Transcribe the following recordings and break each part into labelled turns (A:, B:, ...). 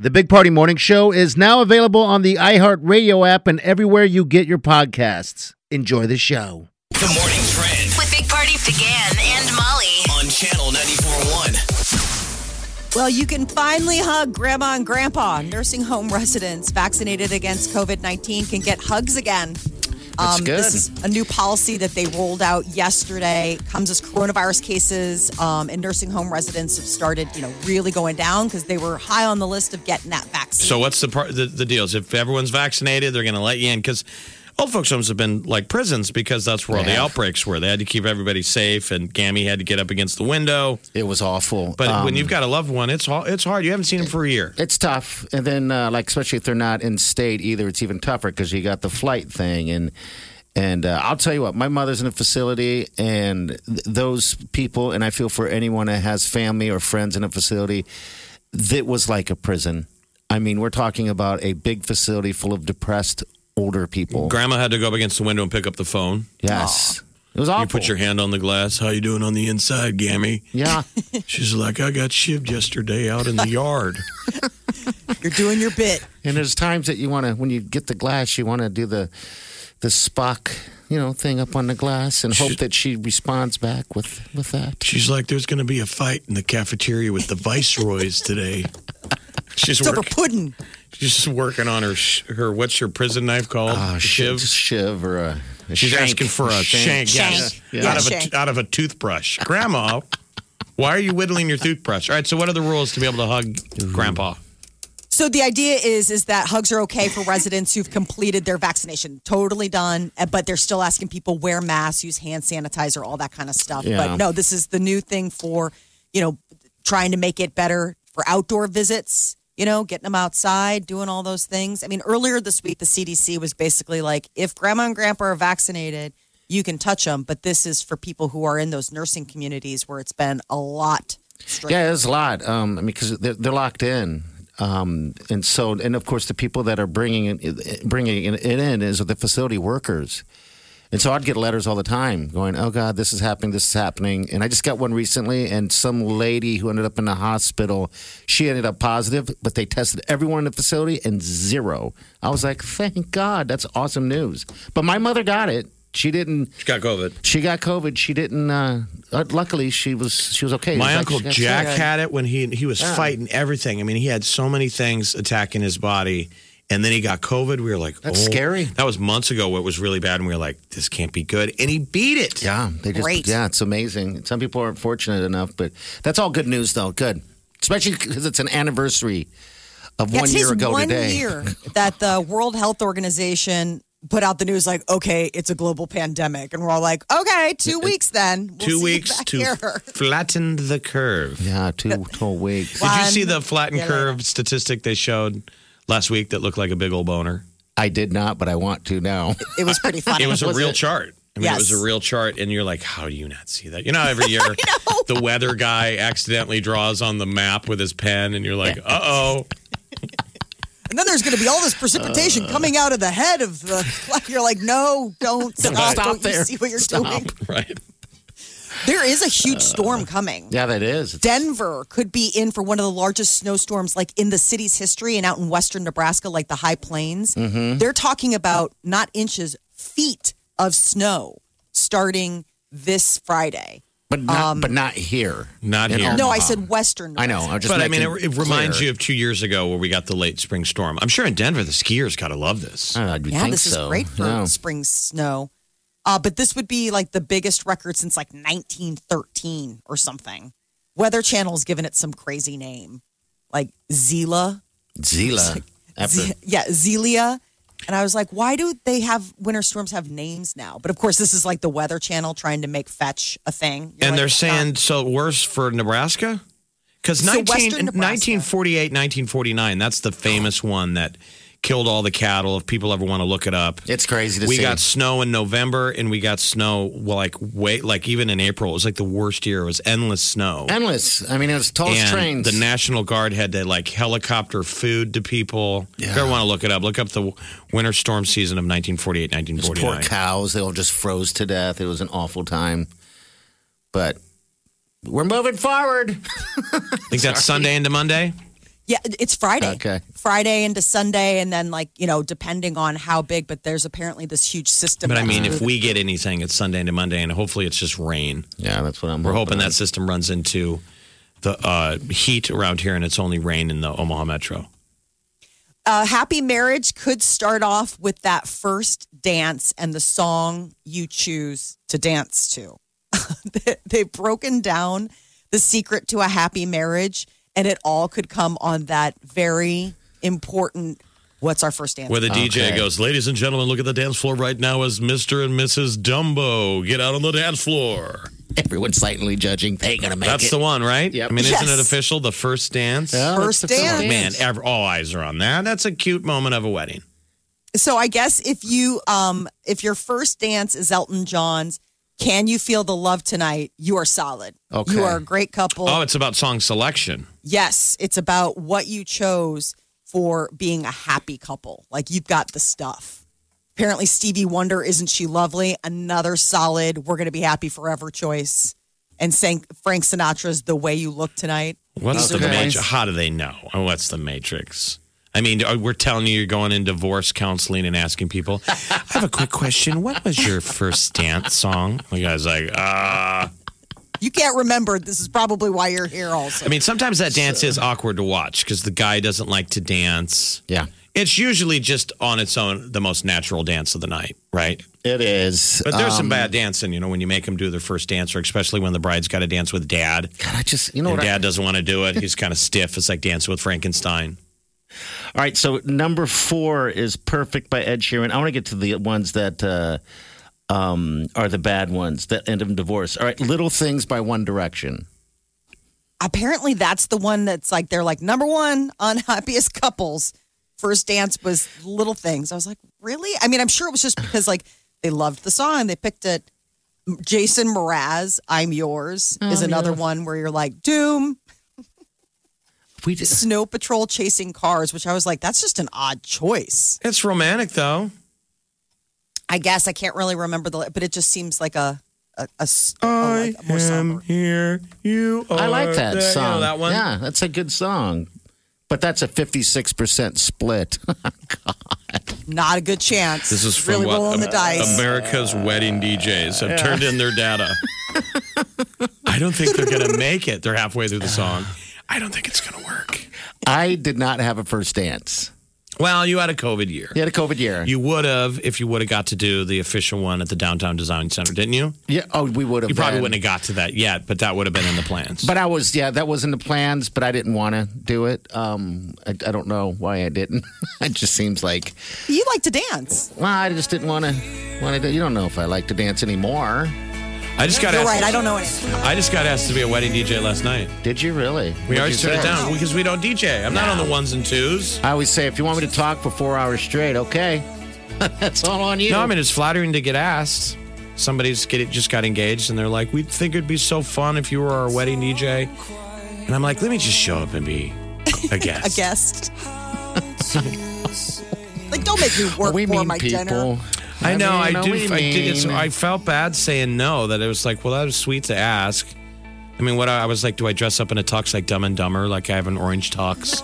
A: The Big Party Morning Show is now available on the iHeartRadio app and everywhere you get your podcasts. Enjoy the show.
B: The morning trend
C: With Big Party began and Molly.
B: on channel 94.1.
D: Well, you can finally hug grandma and grandpa. Nursing home residents vaccinated against COVID 19 can get hugs again. Um,
A: That's good.
D: This is a new policy that they rolled out yesterday. Comes as coronavirus cases um, and nursing home residents have started, you know, really going down because they were high on the list of getting that vaccine.
E: So what's the part, the, the deal? Is if everyone's vaccinated, they're going to let you in because old folks' homes have been like prisons because that's where all the
A: Yeah.
E: outbreaks were. They had to keep everybody safe, and Gammy had to get up against the window.
A: It was awful.
E: But
A: Um,
E: when you've got a loved one, it's ha- it's hard. You haven't seen them for a year.
A: It's tough, and then uh, like especially if they're not in state either, it's even tougher because you got the flight thing, and and uh, I'll tell you what, my mother's in a facility, and th- those people, and I feel for anyone that has family or friends in a facility that was like a prison. I mean, we're talking about a big facility full of depressed older people.
E: Grandma had to go up against the window and pick up the phone.
A: Yes, it was awful.
E: You put your hand on the glass. How you doing on the inside, Gammy?
A: yeah.
E: She's like, I got shivved yesterday out in the yard.
D: You're doing your bit.
A: And there's times that you want to, when you get the glass, you want to do the the Spock, you know, thing up on the glass and hope that she responds back with with that.
E: She's like, there's going to be a fight in the cafeteria with the viceroys today. She's
D: It's over
E: work-
D: pudding.
E: She's just working on her sh- her what's your prison knife called?
A: Oh, shiv,
E: Shiv.
A: shiv, or a, a
E: She's
A: shank.
E: asking for a shank, yes.
A: Yeah. Yeah.
E: out of a
D: Shank.
E: out of a toothbrush. Grandma, why are you whittling your toothbrush? All right. So what are the rules to be able to hug Grandpa?
D: So the idea is is that hugs are okay for residents who've completed their vaccination, totally done, uh, but they're still asking people wear masks, use hand sanitizer, all that kind of stuff.
A: Yeah.
D: But no, this is the new thing for you know trying to make it better for outdoor visits. You know, getting them outside, doing all those things. I mean, earlier this week, the CDC was basically like, if grandma and grandpa are vaccinated, you can touch them. But this is for people who are in those nursing communities where it's been a lot. stricter.
A: Yeah, it's a lot. Um, I mean, because they're, they're locked in, um, and so and of course the people that are bringing it, bringing it in is the facility workers. And so I'd get letters all the time going, "Oh God, this is happening, this is happening." And I just got one recently, and some lady who ended up in the hospital, she ended up positive, but they tested everyone in the facility and zero. I was like, "Thank God, that's awesome news." But my mother got it. She didn't.
E: She got COVID.
A: She got COVID. She didn't. Uh, uh, luckily, she was she was okay.
E: My
A: It was like
E: uncle
A: she got
E: Jack
A: sick.
E: had it when he he was fighting everything. I mean, he had so many things attacking his body, and then he got COVID. We were like,
A: That's
E: oh.
A: scary.
E: That was months ago. It was really bad, and we were like, this can't be good. And he beat it.
A: Yeah, they just
D: Great.
A: yeah, it's amazing. Some people aren't fortunate enough, but that's all good news though. Good, especially because it's an anniversary of
D: Yeah,
A: one
D: today's
A: year ago
D: one
A: today.
D: year that the World Health Organization put out the news like, okay, it's a global pandemic, and we're all like, okay, two weeks then. We'll
E: Two
D: see you
E: weeks
D: back
E: to
D: here.
E: flatten the curve.
A: Yeah, two whole weeks.
E: Did you
D: Fun.
E: see the flattened
D: Yeah,
E: curve statistic they showed last week that looked like a big old boner?
A: I did not, but I want to now.
D: It was pretty funny.
E: It was a
A: Was
E: real
A: it?
E: chart. I mean, it was
D: Yes.
E: a real chart, and you're like, how do you not see that? You know, how every year the weather guy accidentally draws on the map with his pen, and you're like, uh oh.
D: and then there's going to be all this precipitation coming out of the head of the. You're like, no, don't stop.
A: Stop
D: Oh, don't
A: there.
D: you see what you're doing?
E: Right?
D: There is a huge storm coming.
A: yeah, that is. It's-
D: Denver could be in for one of the largest snowstorms like in the city's history and out in western Nebraska, like the high plains.
A: Mm-hmm.
D: They're talking about not inches, feet of snow starting this Friday.
A: but not, but not here.
E: Not
A: In
E: here.
A: Omaha.
D: Um, No, I said western.
A: I know. I'm just
E: But I mean, it,
A: making
E: it reminds you
A: clear.
E: of two years ago where we got the late spring storm. I'm sure in Denver, the skiers got to love this.
A: I would
D: Yeah,
A: Uh, think
D: this
A: so.
D: is great for
A: Yeah.
D: spring snow. Uh, but this would be like the biggest record since like 1913 or something. Weather Channel's given it some crazy name, like Zila.
A: Zila. After,
D: Ze- yeah, Zelia. And I was like, why do they have winter storms have names now? But of course, this is like the Weather Channel trying to make fetch a thing. You're
E: and
D: like,
E: they're
D: "Stop."
E: saying, so worse for Nebraska? Because
D: So
E: 19,
D: Western Nebraska.
E: 1948, 1949, that's the famous one that killed all the cattle. If people ever want to look it up,
A: It's crazy to
E: we
A: see.
E: got snow in November and we got snow well, like wait, like even in April. It was like the worst year. It was endless snow.
A: endless. I mean, it was tallest
E: and
A: trains.
E: the National Guard had to like helicopter food to people. If you ever want to look it up, look up the winter storm season of
A: Those
E: 1948,
A: poor
E: 1949.
A: cows. They all just froze to death. It was an awful time. But we're moving forward.
E: I think that's Sunday into Monday.
D: Yeah, it's Friday.
A: Okay.
D: Friday into Sunday, and then like you know, depending on how big. But there's apparently this huge system.
E: But I
D: that's
E: mean, if
D: moving.
E: we get anything, it's Sunday into Monday, and hopefully it's just rain.
A: Yeah, that's what I'm
E: We're hoping
A: on.
E: that system runs into the uh, heat around here, and it's only rain in the Omaha Metro.
D: uh, happy marriage could start off with that first dance and the song you choose to dance to. They- They've broken down the secret to a happy marriage, and it all could come on that very important. What's our first dance?
E: Where the DJ
A: Okay.
E: goes, ladies and gentlemen, look at the dance floor right now as Mr. and Mrs. Dumbo get out on the dance floor.
A: Everyone's silently judging. They ain't gonna make
E: That's
A: it.
E: the one, right?
A: Yep.
E: I mean, isn't
D: Yes.
E: it official? The first dance? Oh,
A: Yeah, that's
D: First
A: the first
D: dance.
E: Man, ev- all eyes are on that. That's a cute moment of a wedding.
D: so I guess if you um if your first dance is Elton John's, can you feel the love tonight? You are solid.
A: Okay.
D: You are a great couple.
E: Oh, it's about song selection.
D: Yes, it's about what you chose for being a happy couple. Like you've got the stuff. Apparently, Stevie Wonder, Isn't She Lovely? Another solid, we're going to be happy forever choice. And sang Frank Sinatra's The Way You Look Tonight.
E: What's
A: These
E: the
A: are good
E: matrix?
A: ones.
E: How do they know? Oh, What's the matrix? I mean, are- we're telling you you're going in divorce counseling and asking people. I have a quick question. What was your first dance song? The guy's like, ah.
D: You can't remember. This is probably why you're here, also.
E: I mean, sometimes that dance is awkward to watch because the guy doesn't like to dance.
A: Yeah,
E: It's usually just on its own the most natural dance of the night, right?
A: it is.
E: But there's some
A: Um,
E: bad dancing, you know, when you make them do their first dance, or especially when the bride's got to dance with dad.
A: God, I just you know
E: And
A: what? I-
E: dad doesn't want to do it. He's kind of stiff. It's like dancing with Frankenstein.
A: all right, so number four is "Perfect" by Ed Sheeran. I want to get to the ones that uh, um, are the bad ones that end in divorce. All right, "Little Things" by One Direction.
D: Apparently, that's the one that's like, they're like, number one, unhappiest couples. First dance was Little Things. I was like, really? I mean, I'm sure it was just because, like, they loved the song, they picked it. Jason Mraz, I'm Yours, is another one where you're like, Doom,
A: We just
D: Snow Patrol chasing cars, which I was like, that's just an odd choice.
E: It's romantic, though.
D: I guess I can't really remember the, but it just seems like a a, a s- a- like a more somber.
E: here. You are.
A: I like that
E: there. uh, You know
A: song.
E: that one?
A: Yeah, that's a good song. But that's a 56% split.
D: Not a good chance.
E: This is from
D: really
E: what?
D: rolling the
E: Am-
D: dice.
E: America's wedding DJs have turned in their data. I don't think they're going to make it. They're halfway through the song. I don't think it's going to work.
A: I did not have a first dance.
E: Well, you had a COVID year.
A: You had a COVID year.
E: You would have if you would have got to do the official one at the Downtown Design Center, didn't you?
A: yeah, oh, we would have.
E: You probably
A: then.
E: wouldn't have got to that yet, but that would have been in the plans.
A: But I was, yeah, that was in the plans, but I didn't want to do it. Um, I, I don't know why I didn't. it just seems like,
D: You like to dance.
A: well, I just didn't want to. Want to? do- You don't know if I like to dance anymore.
E: I just got
D: You're
E: asked.
D: right. I don't know anything.
E: I just got asked to be a wedding DJ last night.
A: Did you really?
E: We
A: What'd
E: already
A: you
E: turned
A: say?
E: it down because we don't DJ. I'm not on the ones and twos.
A: I always say, if you want me to talk for four hours straight, okay, that's all on you.
E: No, I mean it's flattering to get asked. Somebody's get just got engaged and they're like, "We think it'd be so fun if you were our wedding DJ," and I'm like, "Let me just show up and be a guest."
D: A guest. like, don't make me work
A: Are we
D: for
A: mean
D: my
A: people.
D: dinner.
E: I know.
A: mean,
E: I
A: are
E: do.
A: we
E: I did. It's,
A: mean?
E: I felt bad saying no. That it was like, well, that was sweet to ask. I mean, what I, I was like, do I dress up in a tux like Dumb and Dumber? Like I have an orange tux,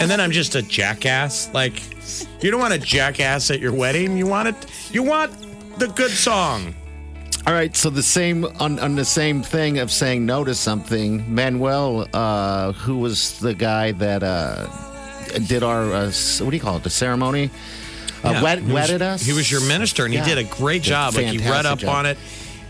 E: and then I'm just a jackass. Like you don't want a jackass at your wedding. You want it. You want the good song.
A: All right, so the same on, on the same thing of saying no to something. Manuel, uh, who was the guy that uh, did our uh, s- what do you call it, the ceremony, uh,
E: Yeah.
A: wed-
E: He was-
A: wedded us.
E: He was your minister, and he
A: Yeah.
E: did a great
A: Did a
E: job. Like he read up
A: fantastic job.
E: on it,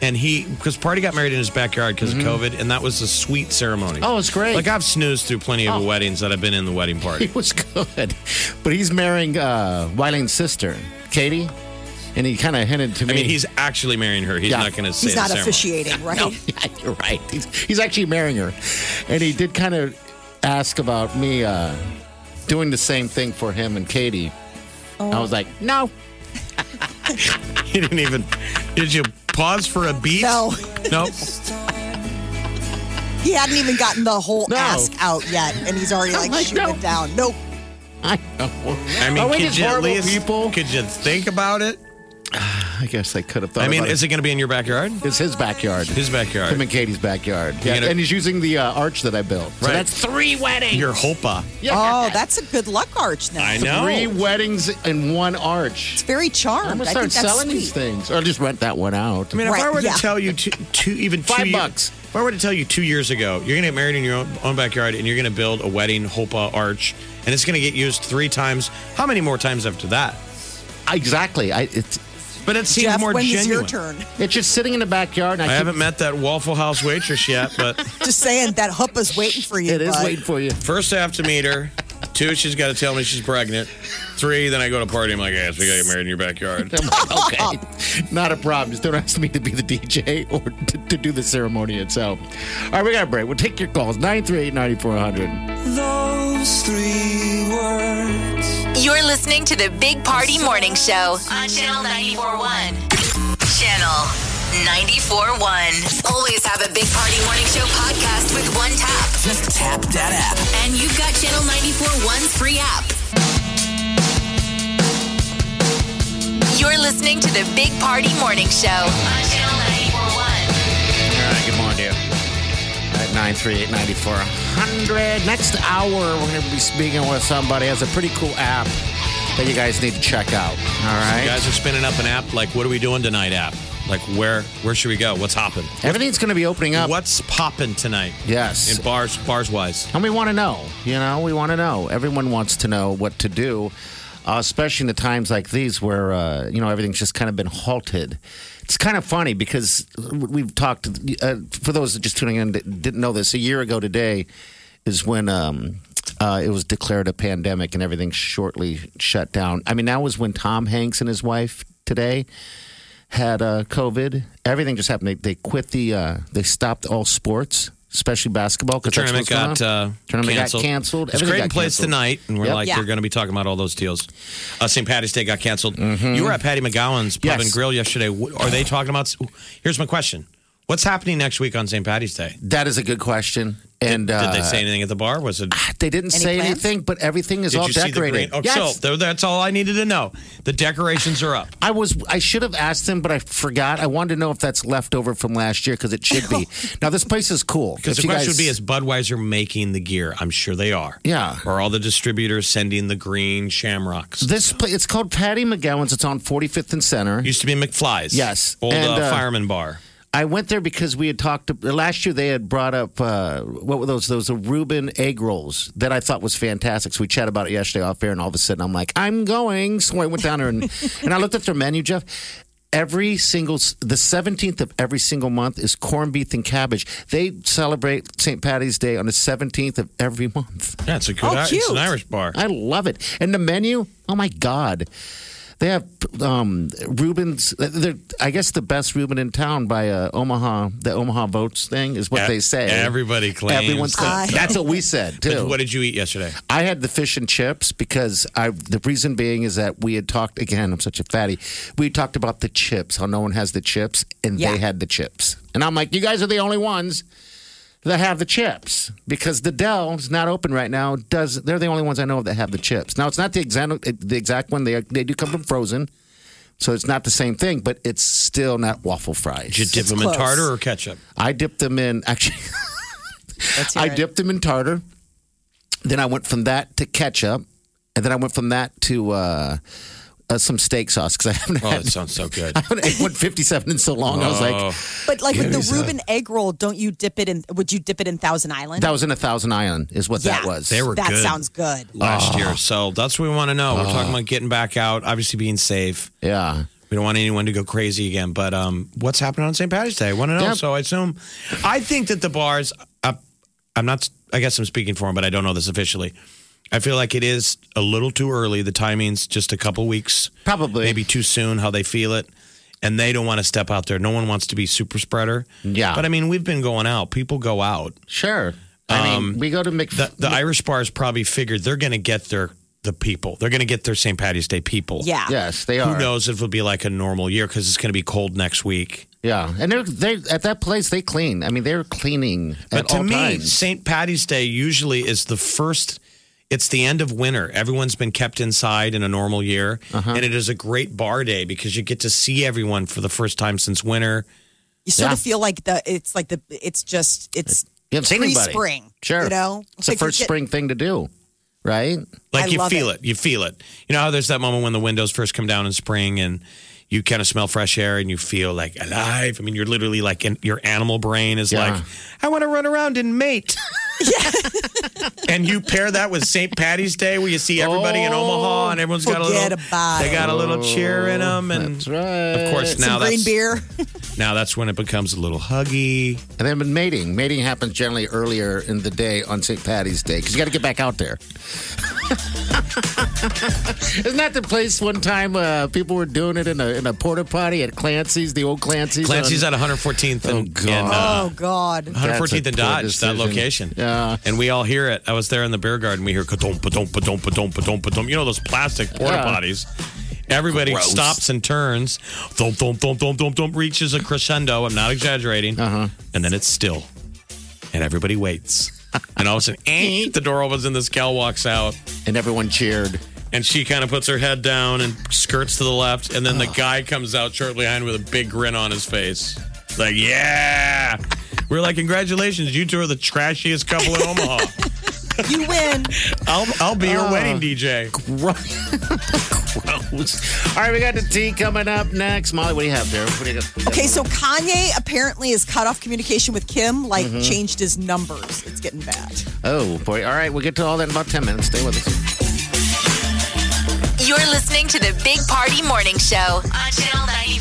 E: and he because party got married in his backyard because of COVID, and that was a sweet ceremony.
A: Mm-hmm. Oh, it's great.
E: Like I've snoozed through plenty of
A: Oh.
E: weddings that I've been in the wedding
A: He
E: party.
A: was good, but he's marrying uh, Wylene's sister, Katie, and he kind of hinted to me.
E: I mean, he's actually marrying her. He's
A: Yeah.
E: not going to say
D: He's
E: the
D: not
E: ceremony.
D: officiating, right?
A: Yeah, you're right. He's, he's actually marrying her, and he did kind of ask about me uh, doing the same thing for him and Katie. I was like, no.
E: You didn't even. Did you pause for a beat?
D: No.
E: Nope.
D: He hadn't even gotten the whole
A: No.
D: ask out yet, and he's already like,
A: like,
D: shooting
A: no.
D: it down. Nope.
A: I know.
E: I mean,
A: Are we
E: could
A: just
E: you at
A: horrible
E: least
A: people?
E: could you think about it?
A: I guess I could have thought.
E: I mean,
A: about
E: is it going to be in your backyard?
A: It's his backyard.
E: His backyard.
A: Him and Katie's backyard.
E: You
A: Yeah,
E: gotta-
A: and he's using the uh, arch that I built. So
E: Right.
A: that's three weddings.
E: Your hopa.
D: Oh, that's a good luck arch now.
E: I
D: It's
E: know.
A: Three weddings in one arch.
D: very
A: I'm
D: charmed.
A: gonna
D: I
A: start
D: think that's
A: selling
D: sweet.
A: these things, or just rent that one out.
E: I mean, if I
D: Right,
E: were to
D: yeah.
E: tell you two, two even two
A: Five
E: year-
A: bucks.
E: If I were to tell you two years ago, you're going to get married in your own, own backyard and you're going to build a wedding hopa arch, and it's going to get used three times. How many more times after that?
A: exactly. I, it's
E: But it seems
D: Jeff,
E: more
D: when is your
E: genuine.
D: turn?
A: it's just sitting in the backyard. And
E: I
A: I,
E: haven't met that Waffle House waitress yet, but
D: Just saying that Huppa's waiting for you.
A: It is
D: bud.
A: waiting for you.
E: first I have to meet her. Two, she's got to tell me she's pregnant. Three, then I go to party. I'm like, yes, we got to get married in your backyard.
A: I'm like, okay, not a problem. Just don't ask me to be the DJ or to, to do the ceremony itself. All right, we got a break. We'll take your calls 938 9400.
F: Those three words.
C: You're listening to the Big Party Morning Show on Channel 941. Channel 941. Always have a Big Party Morning Show podcast with one tap.
F: Just tap that app.
C: And you've got Channel 941's free app. You're listening to the Big Party Morning Show on Channel 941.
A: All right, good morning to you. At 938 9400. Next hour, we're going to be speaking with somebody who has a pretty cool app that you guys need to check out. All right.
E: You guys are spinning up an app like, what are we doing tonight? App like, where where should we go? What's hopping?
A: Everything's going to be opening up.
E: What's popping tonight?
A: Yes.
E: in bars bars wise.
A: And we want to know, you know, we want to know. Everyone wants to know what to do, uh, especially in the times like these where, uh, you know, everything's just kind of been halted. It's kind of funny because we've talked, uh, for those that just tuning in that didn't know this, a year ago today is when um, uh, it was declared a pandemic and everything shortly shut down. I mean, that was when Tom Hanks and his wife today had uh, COVID. Everything just happened. They, they quit the, uh, they stopped all sports. Especially basketball. 'cause that's
E: Tournament
A: what's going
E: got
A: on.
E: uh,
A: Tournament got
E: canceled.
A: canceled.
E: It's
A: Everything
E: Creighton
A: got
E: plays
A: canceled.
E: tonight, and we're
A: Yep.
E: like,
D: Yeah.
E: they're going to be talking about all those deals. Uh, St. Patty's Day got canceled. You were at Patty McGowan's Pub
A: Mm-hmm. Yes.
E: and Grill yesterday. What- Are they talking about? Here's my question: What's happening next week on St. Patty's Day?
A: That is a good question. And
E: Did
A: uh,
E: they say anything at the bar? Was it?
A: they didn't
D: Any
A: say
D: plans?
A: anything, but everything is
E: Did
A: all
E: you see the green?
A: decorated.
E: Oh,
A: yes,
E: So th- that's all I needed to know. The decorations are up.
A: I was. I should have asked him, but I forgot. I wanted to know if that's left over from last year because it should be. now this place is cool.
E: Because
A: If
E: the
A: you
E: question
A: guys-
E: would be: Is Budweiser making the gear? I'm sure they are.
A: Yeah.
E: Are all the distributors sending the green shamrocks?
A: this? Pla- it's called Patty McGowan's. It's on 45th and Center.
E: Used to be McFly's.
A: Yes.
E: Old
A: And,
E: uh,
A: uh,
E: fireman bar.
A: I went there because we had talked last year. They had brought up uh, what were those? Those Reuben egg rolls that I thought was fantastic. So we chatted about it yesterday off air, and all of a sudden I'm like, I'm going. So I went down there and, and I looked at their menu, Jeff. Every single the seventeenth of every single month is corned beef and cabbage. They celebrate St. Patty's Day on the seventeenth of every month.
E: Yeah, it's a good.
D: Oh,
E: It's an
D: cute.
E: Irish bar.
A: I love it, and the menu. Oh my god. They have um, Rubens. They're, I guess the best Reuben in town by uh, Omaha. The Omaha votes thing is what
E: Yeah,
A: they say.
E: E- everybody claims
A: Everyone's
D: that,
A: claims. That's what we said too.
E: What did you eat yesterday?
A: I had the fish and chips because I. The reason being is that we had talked again. I'm such a fatty. We talked about the chips. How no one has the chips, and
D: Yeah.
A: they had the chips. And I'm like, you guys are the only ones that have the chips because the Dell's not open right now. Does they're the only ones I know of that have the chips. Now it's not the exact the exact one. They they do come from frozen, so it's not the same thing. But it's still not waffle fries.
E: Did you dip them in
D: close.
E: tartar or ketchup?
A: I dipped them in actually.
D: Let's hear
A: I
D: it.
A: dipped them in tartar. Then I went from that to ketchup, and then I went from that to uh, uh, some steak sauce because I haven't
E: Oh,
A: had.
E: that sounds so good.
A: I haven't ate 157 in so long. I was
E: Oh.
A: like,
D: But like with
A: Give
D: the
A: me some.
D: Reuben egg roll, don't you dip it in? Would you dip it in Thousand Island?
A: that was in a thousand ion, is what that
D: Yeah.
A: was.
E: They were
D: that
E: good
D: sounds good.
E: last
D: Ah.
E: year. So that's what we want to know. We're talking about getting back out, obviously being safe.
A: yeah.
E: We don't want anyone to go crazy again. But um, what's happening on St. Patrick's Day? I want to know.
A: Yeah.
E: So I assume, I think that the bars, I, I'm not, I guess I'm speaking for them, but I don't know this officially. I feel like it is a little too early. The timing's just a couple weeks.
A: Probably.
E: Maybe too soon, how they feel it. And they don't want to step out there. No one wants to be super spreader.
A: Yeah.
E: But I mean, we've been going out. People go out.
A: Sure. I mean, we go to Mc.
E: Um, The, the Irish bars probably figured they're going to get their the people. They're going to get their St. Patty's Day people.
D: Yeah.
A: yes, they are.
E: Who knows if it'll be like a normal year because it's going to be cold next week.
A: Yeah, and they're they at that place they clean. I mean, they're cleaning
E: But
A: at
E: to
A: all
E: me,
A: times.
E: St. Patty's Day usually is the first. It's the end of winter. Everyone's been kept inside in a normal year,
A: Uh-huh.
E: and it is a great bar day because you get to see everyone for the first time since winter.
D: You sort of
A: Yeah.
D: feel like the it's like the it's just it's
A: You haven't seen anybody.
D: pre-spring.
A: Sure,
D: you know,
A: it's the
D: Like you
A: first
D: get-
A: spring thing to do, right?
E: Like
D: I
E: you
D: love
E: feel it. You feel it. You know how there's that moment when the windows first come down in spring and you kind of smell fresh air and you feel like alive. I mean, you're literally like in, your animal brain is
A: Yeah.
E: like, I want to run around and mate. and you pair that with St. Patty's Day where you see everybody in Omaha and everyone's got a
D: Oh, forget
E: little
D: about
E: they got a little cheer in them and
A: Oh, That's right.
E: of course now
D: Some green
E: that's
D: beer.
E: now that's when it becomes a little huggy.
A: And then with mating, mating happens generally earlier in the day on St. Patty's Day because you got to get back out there. Isn't that the place one time uh, people were doing it in a in a porta potty at Clancy's, the old Clancy's?
E: Clancy's
A: on,
E: at 114th
A: Oh,
E: and, and,
A: God.
E: uh,
D: oh God.
E: 114th
A: That's a
E: and
A: poor
E: Dodge,
A: decision.
E: that location.
A: Yeah.
E: And we all hear it. I was there in the beer garden. We hear ka-dum, pa-dum, pa-dum, pa-dum, pa-dum, pa-dum. You know those plastic porta
A: Yeah.
E: potties. Everybody
A: Gross.
E: stops and turns. Thump, thump, thump, thump, thump, thump, reaches a crescendo. I'm not exaggerating. Uh-huh. And then it's still. And everybody waits. And all of a sudden, eh, the door opens and this gal walks out.
A: and everyone cheered.
E: And she kind of puts her head down and skirts to the left. And then the guy comes out shortly behind with a big grin on his face. Like, yeah. We're like, congratulations, you two are the trashiest couple in Omaha.
D: You win.
E: I'll, I'll be your wedding DJ.
A: All right, we got the tea coming up next. Molly, what do you have there? What do you got?
D: Okay, so Kanye apparently has cut off communication with Kim, like
A: Mm-hmm.
D: changed his numbers. It's getting bad.
A: Oh boy! All right, we'll get to all that in about ten minutes. Stay with us.
C: You're listening to the Big Party Morning Show on Channel 941.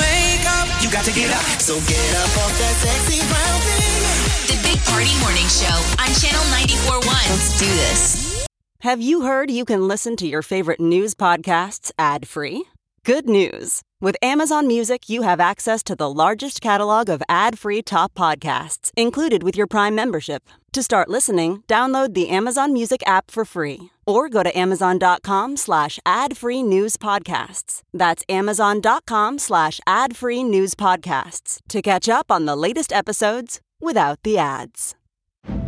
F: Wake up, you got to get up. So get up off that sexy brown thing.
C: The Big Party Morning Show on Channel 941. Let's do this.
G: Have you heard you can listen to your favorite news podcasts ad free? Good news! With Amazon Music, you have access to the largest catalog of ad free top podcasts included with your Prime membership. To start listening, download the Amazon Music app for free or go to amazon.com slash ad free news podcasts. That's amazon.com slash ad free news podcasts to catch up on the latest episodes without the ads.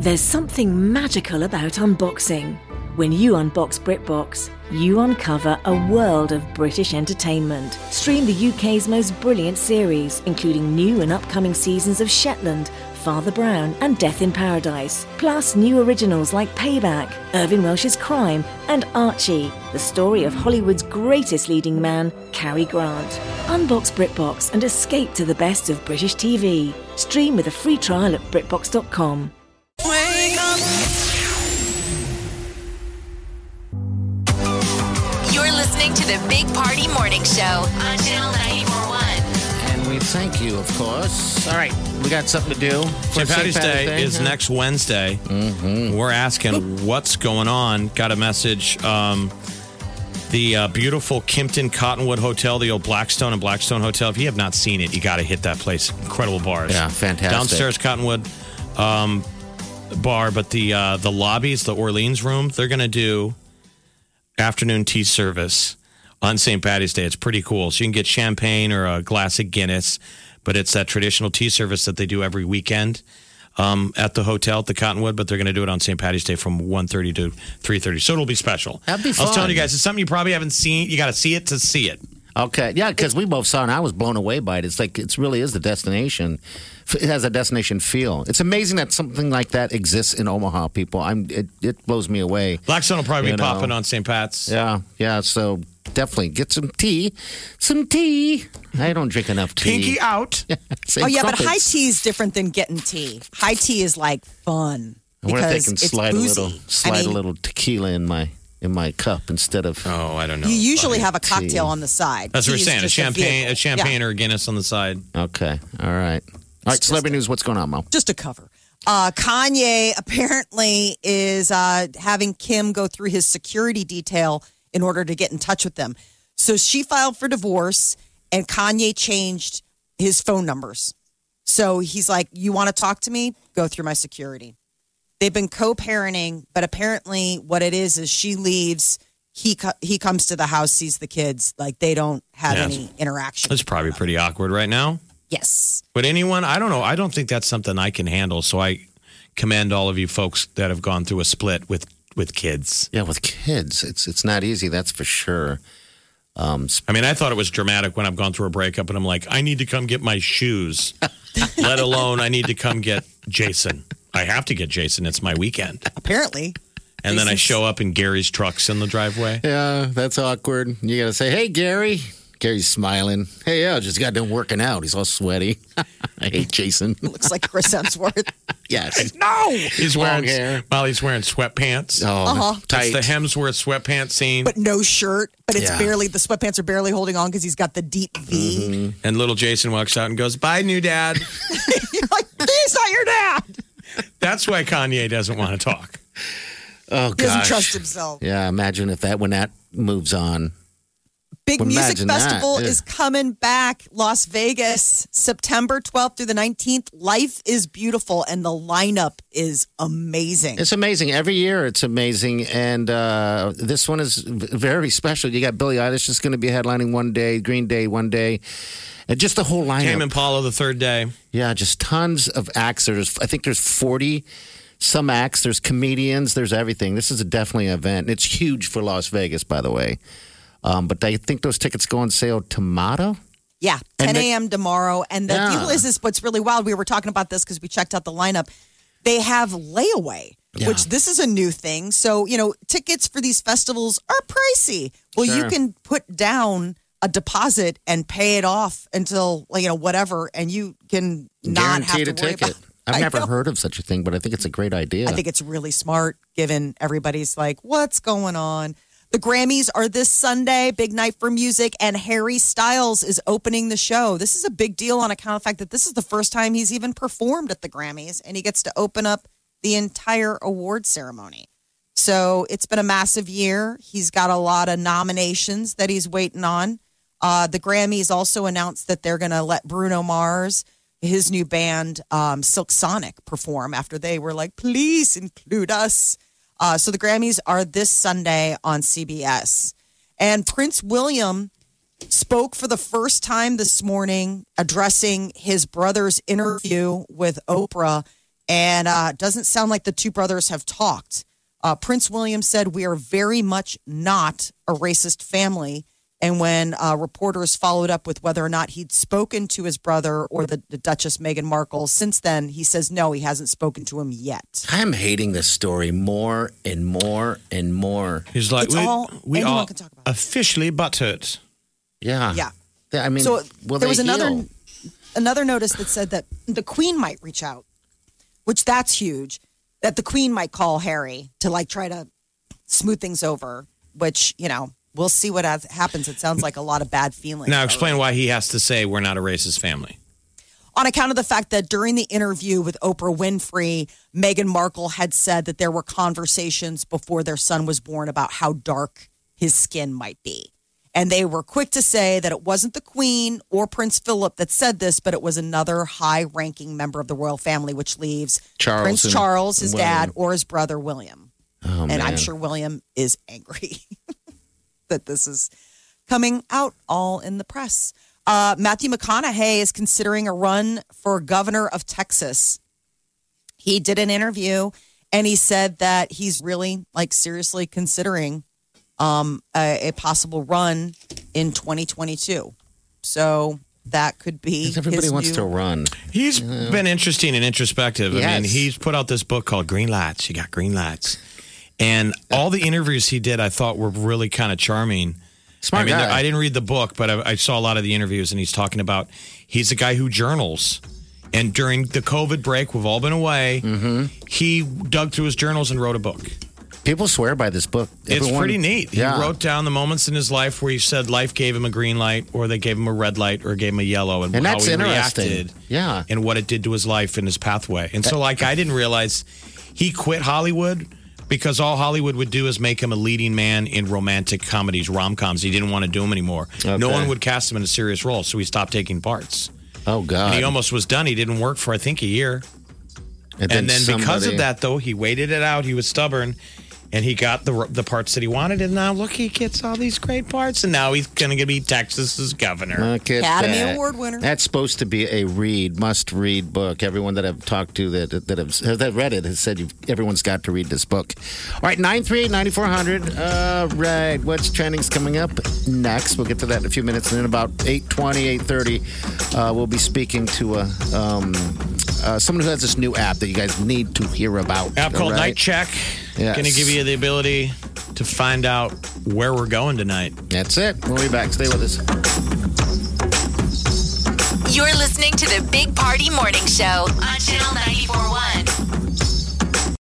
H: There's something magical about unboxing. When you unbox BritBox, you uncover a world of British entertainment. Stream the UK's most brilliant series, including new and upcoming seasons of Shetland, Father Brown, and Death in Paradise. Plus, new originals like Payback, Irving Welsh's Crime, and Archie, the story of Hollywood's greatest leading man, Cary Grant. Unbox BritBox and escape to the best of British TV. Stream with a free trial at BritBox.com.
F: Wake up.
C: You're listening to the Big Party Morning Show on Channel 941.
A: And we thank you, of course. All right, we got something to do. for
E: St. Patty's Day is
A: huh?
E: next Wednesday.
A: Mm-hmm.
E: We're asking what's going on. Got a message. Um, the uh, beautiful Kimpton Cottonwood Hotel, the old Blackstone and Blackstone Hotel. If you have not seen it, you got to hit that place. Incredible bars.
A: Yeah, fantastic.
E: Downstairs Cottonwood um, bar, but the uh, the lobbies, the Orleans room, they're going to do afternoon tea service on St. Patty's Day. It's pretty cool. So you can get champagne or a glass of Guinness, but it's that traditional tea service that they do every weekend um, at the hotel at the Cottonwood. But they're going to do it on St. Patty's Day from 1.30 to three thirty. So it'll be special.
A: That'd be
E: I was telling
A: fun.
E: you guys, it's something you probably haven't seen. You got to see it to see it.
A: Okay, yeah, because we both saw it and I was blown away by it. It's like it really is the destination. F- It has a destination feel. It's amazing that something like that exists in Omaha, people. I'm it, it blows me away.
E: Blackstone will probably
A: You
E: be
A: know.
E: popping on St. Pat's.
A: Yeah, yeah. So definitely get some tea, some tea. I don't drink enough tea.
E: Pinky out.
D: Oh yeah, but high tea is different than getting tea. High tea is like fun.
A: I wonder if they
D: because
A: can
D: it's
A: slide a
D: boozy.
A: little slide
D: I mean,
A: a little tequila in my in my cup instead of.
E: Oh, I don't know.
D: You usually have a
A: Tea.
D: cocktail on the side.
E: That's what we're
D: Tea is
E: saying. A
D: just
E: champagne, a,
D: vehicle.
E: champagne
D: Yeah,
E: or a Guinness on the side.
A: Okay, all right, all right. Celebrity news. What's going on, Mo?
D: just a cover. Uh, Kanye apparently is uh, having Kim go through his security detail in order to get in touch with them. So she filed for divorce, and Kanye changed his phone numbers. So he's like, You want to talk to me? Go through my security. They've been co parenting, but apparently, what it is is she leaves. He, co- he comes to the house, sees the kids. Like, they don't have
E: Yeah.
D: any interaction.
E: That's probably pretty awkward right now.
D: yes.
E: But anyone, I don't know. I don't think that's something I can handle. So I commend all of you folks that have gone through a split with with kids.
A: Yeah, with kids, it's it's not easy. That's for sure.
E: I mean, I thought it was dramatic when I've gone through a breakup and I'm like, I need to come get my shoes. Let alone I need to come get Jason. I have to get Jason. It's my weekend.
D: Apparently.
E: And then I
D: Jason's-
E: show up and Gary's truck's in the driveway.
A: Yeah, that's awkward. You got to say, "Hey, Gary." Gary's smiling. Hey, yeah, I just got done working out. He's all sweaty. I hate Jason.
D: Looks like Chris Hemsworth.
A: yes.
E: No, he's
A: Long
E: wearing
A: hair.
E: Molly's wearing sweatpants.
A: Oh, tight.
E: It's the Hemsworth sweatpants scene,
D: but no shirt. But it's
A: Yeah.
D: barely the sweatpants are barely holding on because he's got the deep V.
A: Mm-hmm.
E: and little Jason walks out and goes, "Bye, new dad."
D: You're like, he's not your dad.
E: That's why Kanye doesn't want to talk.
A: oh,
D: He doesn't
A: gosh.
D: trust himself.
A: Yeah, imagine if that when that moves on.
D: Big
A: Well,
D: Music
A: imagine that.
D: Festival
A: Yeah.
D: is coming back, Las Vegas, September 12th through the 19th. Life is beautiful, and the lineup is amazing.
A: It's amazing. Every year it's amazing. And uh, this one is v- very special. You got Billie Eilish is going to be headlining one day, Green Day one day, and just the whole lineup.
E: Came and Paula the third day.
A: Yeah, just tons of acts. There's, I think there's 40 some acts. There's comedians. There's everything. This is a definitely an event. It's huge for Las Vegas, by the way. Um, but I think those tickets go on sale tomorrow.
D: yeah, 10
A: and the-
D: a.m. tomorrow. And the
A: Yeah.
D: deal is, is what's really wild. We were talking about this because we checked out the lineup. They have layaway, which this is a new thing. So, you know, tickets for these festivals are pricey. Well, you
A: Sure.
D: can put down a deposit and pay it off until, like, you know, whatever, and you can not
A: Guaranteed
D: have to
A: a
D: worry
A: ticket.
D: about
A: I've
D: I
A: never
D: know.
A: heard of such a thing, but I think it's a great idea.
D: I think it's really smart given everybody's like, what's going on? The Grammys are this Sunday, big night for music, and Harry Styles is opening the show. This is a big deal on account of the fact that this is the first time he's even performed at the Grammys, and he gets to open up the entire award ceremony. So it's been a massive year. He's got a lot of nominations that he's waiting on. Uh, the Grammys also announced that they're going to let Bruno Mars, his new band, um, Silk Sonic, perform after they were like, please include us. Uh, so the Grammys are this Sunday on CBS. And Prince William spoke for the first time this morning addressing his brother's interview with Oprah. And uh, it doesn't sound like the two brothers have talked. Uh, Prince William said, We are very much not a racist family. And when uh, reporters followed up with whether or not he'd spoken to his brother or the, the Duchess Meghan Markle, since then, he says, No, he hasn't spoken to him yet.
A: I'm hating this story more and more and more.
E: He's like,
D: It's
E: we,
D: all-
E: we
D: anyone
E: are
D: can talk about it."
E: officially butthurt.
A: Yeah.
D: Yeah.
A: I mean,
D: So
A: will
D: there
A: they
D: was another
A: heal?
D: another notice that said that the Queen might reach out, which that's huge. That the Queen might call Harry to like try to smooth things over, which you know we'll see what has- happens. It sounds like a lot of bad feelings.
E: Now explain why he has to say we're not a racist family.
D: on account of the fact that during the interview with Oprah Winfrey, Meghan Markle had said that there were conversations before their son was born about how dark his skin might be. And they were quick to say that it wasn't the Queen or Prince Philip that said this, but it was another high ranking member of the royal family, which leaves
A: Charles
D: Prince
A: and
D: Charles, his dad,
A: William.
D: or his brother William.
A: Oh,
D: and I'm
A: man.
D: sure William is angry that this is coming out all in the press. Uh, Matthew McConaughey is considering a run for governor of Texas. He did an interview and he said that he's really, like, seriously considering um, a, a possible run in 2022. So that could be.
A: Everybody
D: his
A: wants
D: new-
A: to run.
E: He's been interesting and introspective. I mean,
A: Yes.
E: he's put out this book called Green Lights. You got green lights. And all the interviews he did, I thought were really kind of charming.
A: Smart
E: I mean,
A: guy.
E: I didn't read the book, but I, I saw a lot of the interviews, and he's talking about he's a guy who journals. And during the COVID break, we've all been away.
D: Mm-hmm.
E: He dug through his journals and wrote a book.
A: People swear by this book.
E: It's
A: Everyone-
E: pretty neat.
A: Yeah.
E: He wrote down the moments in his life where he said life gave him a green light, or they gave him a red light, or gave him a yellow, and,
A: And
E: how
A: that's
E: he
A: interesting.
E: reacted.
A: Yeah.
E: and what it did to his life and his pathway. And so, like, I didn't realize he quit Hollywood because all Hollywood would do is make him a leading man in romantic comedies, rom coms. He didn't want to do them anymore.
A: Okay.
E: No one would cast him in a serious role, so he stopped taking parts.
A: Oh God!
E: And he almost was done. He didn't work for I think a year.
A: And
E: And then because
A: somebody-
E: of that, though, he waited it out. He was stubborn, and he got the the parts that he wanted. And now look, he gets all these great parts, and now he's going to be Texas's governor.
A: Look at
D: Academy
A: that.
D: Award winner.
A: That's supposed to be a read, must-read book. Everyone that I've talked to that that have that read it has said you've, everyone's got to read this book. All right, nine three ninety four hundred. All right, what's trending's coming up next? We'll get to that in a few minutes, and then about 8.20, 8.30, uh, we'll be speaking to a. Um, uh, someone who has this new app that you guys need to hear about.
E: App
A: all
E: called
A: right?
E: Night Check.
A: Yes.
E: Going to give you the ability to find out where we're going tonight.
A: That's it. We'll be back. Stay with us.
C: You're listening to the Big Party Morning Show on Channel 941.